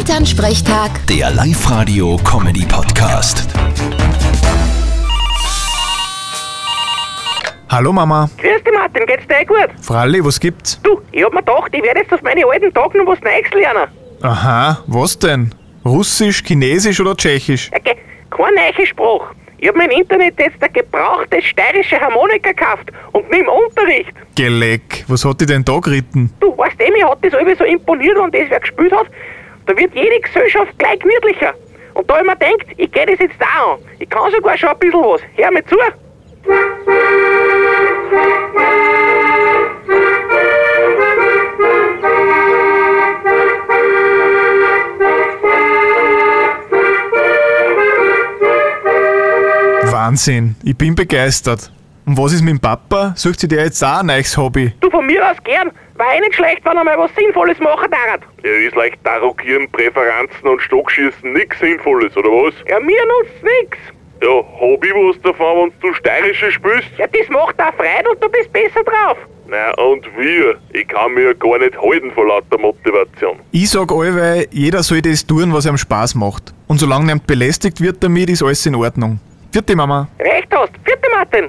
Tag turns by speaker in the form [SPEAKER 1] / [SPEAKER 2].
[SPEAKER 1] Elternsprechtag,
[SPEAKER 2] Der Live-Radio-Comedy-Podcast.
[SPEAKER 3] Hallo Mama.
[SPEAKER 4] Grüß dich Martin, geht's dir eh gut?
[SPEAKER 3] Fralli, was gibt's?
[SPEAKER 4] Du, ich hab mir gedacht, ich werde jetzt auf meine alten Tage noch was Neues lernen.
[SPEAKER 3] Aha, was denn? Russisch, Chinesisch oder Tschechisch?
[SPEAKER 4] Okay, kein neuer Spruch. Ich hab mir im Internet jetzt eine gebrauchte steirische Harmonika gekauft und nimm Unterricht.
[SPEAKER 3] Geleck, was hat die denn da geritten?
[SPEAKER 4] Du, weißt du, mich hat das irgendwie so imponiert, wenn das wer gespielt hat. Da wird jede Gesellschaft gleich gemütlicher. Und da hab ich mir gedacht, ich geh das jetzt auch an. Ich kann sogar schon ein bisschen was. Hör mir zu.
[SPEAKER 3] Wahnsinn, ich bin begeistert. Und was ist mit dem Papa? Sucht sie der jetzt auch ein neues Hobby?
[SPEAKER 4] Du, von mir aus gern. War eh nicht schlecht, wenn er mal was Sinnvolles machen darf.
[SPEAKER 5] Ja, ist leicht Tarockieren, Präferenzen und Stockschießen nix Sinnvolles, oder was?
[SPEAKER 4] Ja, mir nutzt nix.
[SPEAKER 5] Ja, hab ich was davon, wenn du Steirische spielst?
[SPEAKER 4] Ja, das macht auch Freude und du bist besser drauf.
[SPEAKER 5] Na und wir? Ich kann mir ja gar nicht halten vor lauter Motivation.
[SPEAKER 3] Ich sag allweil, jeder soll das tun, was ihm Spaß macht. Und solange niemand belästigt wird damit, ist alles in Ordnung. Vierte Mama.
[SPEAKER 4] Recht hast. Vierte Martin.